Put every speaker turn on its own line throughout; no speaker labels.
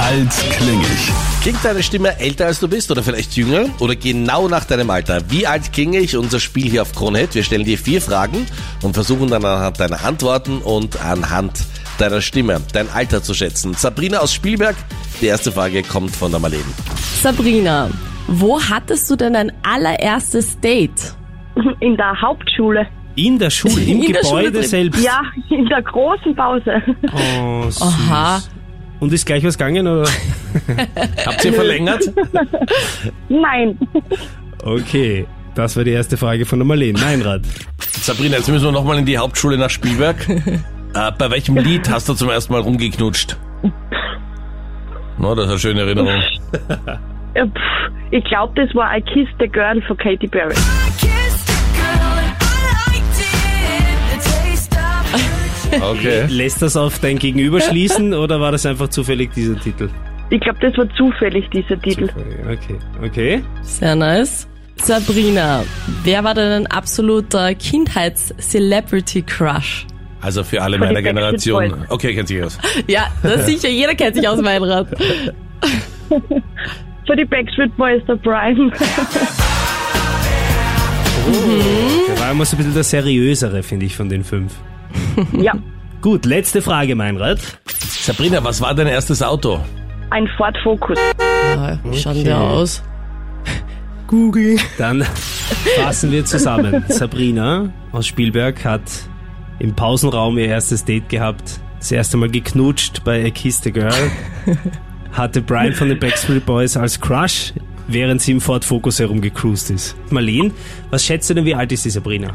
Alt klinge ich.
Klingt deine Stimme älter als du bist oder vielleicht jünger oder genau nach deinem Alter? Wie alt klinge ich? Unser Spiel hier auf Kronhit. Wir stellen dir vier Fragen und versuchen dann anhand deiner Antworten und anhand deiner Stimme dein Alter zu schätzen. Sabrina aus Spielberg, die erste Frage kommt von der Marlene.
Sabrina, wo hattest du denn dein allererstes Date?
In der Hauptschule.
In der Schule, im
In der Schule
Gebäude
drin.
selbst.
Ja, in der großen Pause.
Oh, süß.
Aha.
Und ist gleich was gegangen, oder?
Habt ihr verlängert?
Nein.
Okay, das war die erste Frage von der Marlene. Nein, Rad.
Sabrina, jetzt müssen wir nochmal in die Hauptschule nach Spielberg. äh, bei welchem Lied hast du zum ersten Mal rumgeknutscht? Na, das ist eine schöne Erinnerung.
Äh, pff, Ich glaube, das war I Kissed the Girl von Katy Perry.
Okay.
Lässt das auf dein Gegenüber schließen oder war das einfach zufällig dieser Titel?
Ich glaube, das war zufällig, dieser Titel.
Okay, okay.
Sehr nice. Sabrina, wer war denn ein absoluter Kindheits-Celebrity-Crush?
Also für alle
Von
meiner
den Backstreet
Generation. Okay, kennt sich aus.
Ja, das sicher, jeder kennt sich aus Weinrad.
Für die Backstreet Boys der Brian.
Der war immer so ein bisschen der seriösere, finde ich, von den fünf.
Ja,
Gut, letzte Frage, Meinrad.
Sabrina, was war dein erstes Auto?
ein Ford Focus.
Ah, Schauen wir aus.
Dann fassen wir zusammen. Sabrina aus Spielberg hat im Pausenraum ihr erstes Date gehabt, das erste Mal geknutscht bei A Kiss the Girl, hatte Brian von den Backstreet Boys als Crush, während sie im Ford Focus herumgecruised ist. Marlene, was schätzt du denn, wie alt ist die Sabrina?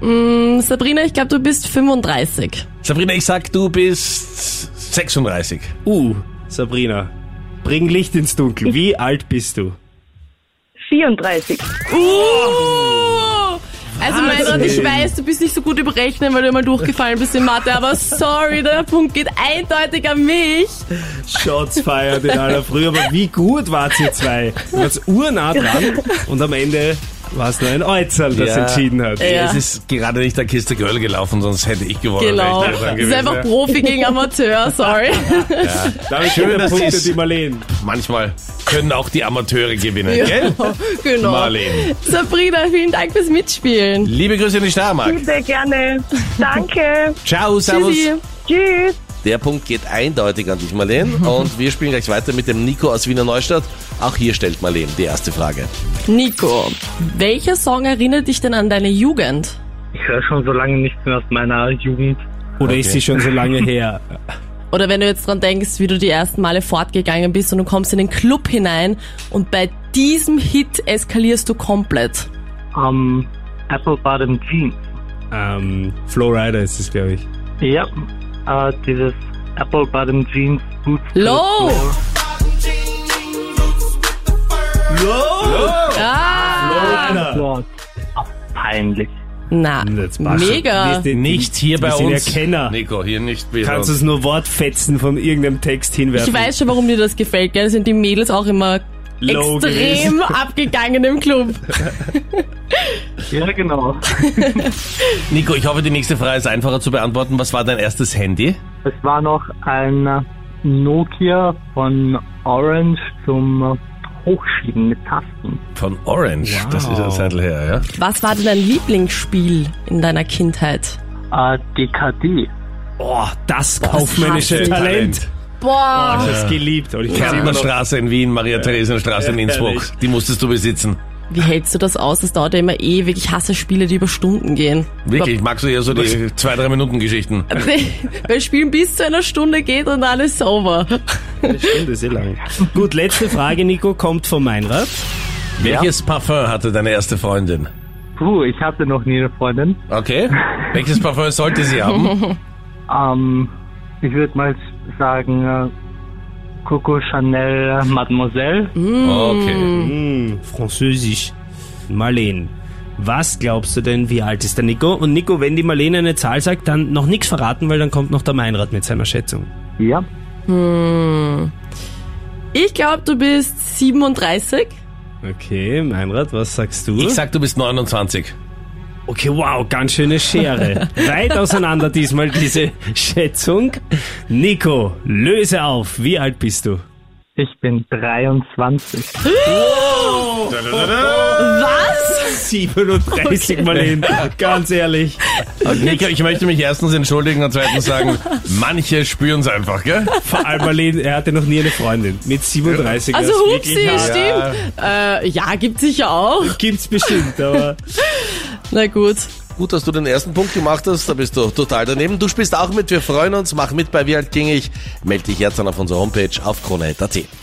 Hm, Sabrina, ich glaube, du bist 35.
Sabrina, ich sag, du bist 36.
Uh, Sabrina, bring Licht ins Dunkel. Wie alt bist du?
34.
Uh! Also Meinrad, ich
Wahnsinn.
weiß, du bist nicht so gut im Rechnen, weil du immer durchgefallen bist in Mathe, aber sorry, der Punkt geht eindeutig an mich.
Shots fired in aller Früh, aber wie gut wart ihr zwei? Du wart urnah dran und am Ende war es nur ein Äußerl, das
Ja.
entschieden hat.
Ja.
Es ist gerade nicht der Kiste Girl gelaufen, sonst hätte ich gewonnen.
Genau.
wenn ich da dran
Das ist
gewesen
einfach
wäre.
Profi gegen Amateur, sorry.
Damit
Schön,
Schön,
dass
dass Punkte
sie's-
die Marleen.
Manchmal können auch die Amateure gewinnen, gell?
genau.
Marlene.
Sabrina, vielen Dank fürs Mitspielen.
Liebe Grüße in die Steiermark.
Bitte gerne. Danke.
Ciao, servus.
Tschüssi.
Tschüss.
Der Punkt geht eindeutig an dich, Marlene. Und wir spielen gleich weiter mit dem Nico aus Wiener Neustadt. Auch hier stellt Marlene die erste Frage.
Nico, welcher Song erinnert dich denn an deine Jugend?
Ich höre schon so lange nichts mehr aus meiner Jugend.
Oder ist sie schon so lange her?
Oder wenn du jetzt dran denkst, wie du die ersten Male fortgegangen bist und du kommst in den Club hinein und bei diesem Hit eskalierst du komplett.
Ähm, Apple Bottom Jeans.
Ähm, Flowrider ist es, glaube ich.
Ja, äh, dieses Apple Bottom Jeans Boots.
Low! Ah!
Lord. Ach, peinlich.
Na,
Hm,
mega.
Nichts hier
Bei uns.
sind Erkenner.
Nico, hier nicht wieder.
Kannst uns nur Wortfetzen von irgendeinem Text hinwerfen.
Ich weiß schon, warum dir das gefällt, gell? Sind die Mädels auch immer
Low
extrem abgegangen im Club.
Ja, genau.
Nico, ich hoffe, die nächste Frage ist einfacher zu beantworten. Was war dein erstes Handy?
Es war noch ein Nokia von Orange zum Hochschieben mit Tasten.
Von Orange. Das ist ein Zeitl her, ja?
Was war denn dein Lieblingsspiel in deiner Kindheit?
Äh, DKD.
Oh, das kaufmännische
hasse ich.
Talent.
Boah,
Das geliebt. Und ich kann immer noch.
Kärntnerstraße in Wien, Maria-Theresien-Straße in Innsbruck.
Herrlich.
Die musstest du besitzen.
wie hältst du das aus? Das dauert ja immer ewig. Ich hasse Spiele, die über Stunden gehen.
Wirklich, magst du eher so die zwei, drei Minuten Geschichten?
Weil Spielen bis zu einer Stunde geht und alles sauber.
Stunde ist eh lang. Gut, letzte Frage, Nico, kommt von Meinrad.
Welches Parfum hatte deine erste Freundin?
Puh, ich hatte noch nie eine Freundin.
Okay. Welches Parfum sollte sie haben?
Ähm, ich würde mal sagen, äh, Coco Chanel Mademoiselle.
Okay.
Hm, Französisch. Marleen, was glaubst du denn, wie alt ist der Nico? Und Nico, wenn die Marlene eine Zahl sagt, dann noch nichts verraten, weil dann kommt noch der Meinrad mit seiner Schätzung.
Ja.
Ich glaube, du bist 37.
Okay, Meinrad, was sagst du?
Ich sag, du bist 29.
okay, wow, ganz schöne Schere. Weit auseinander diesmal diese Schätzung. Nico, löse auf, wie alt bist du?
Ich bin 23.
Was?
37 Mal hin, ganz ehrlich.
Nika, ich möchte mich erstens entschuldigen und zweitens sagen, manche spüren es einfach, gell?
Vor allem, weil er hatte noch nie eine Freundin. Mit 37
Also
das ist
Hupsi,
wirklich hart.
stimmt. Äh, ja, gibt's sicher auch.
Gibt's bestimmt, aber
Na gut.
Gut, dass du den ersten Punkt gemacht hast, da bist du total daneben. Du spielst auch mit, wir freuen uns, mach mit bei Wie alt ging ich? Meld dich jetzt an auf unserer Homepage auf kronehit.at.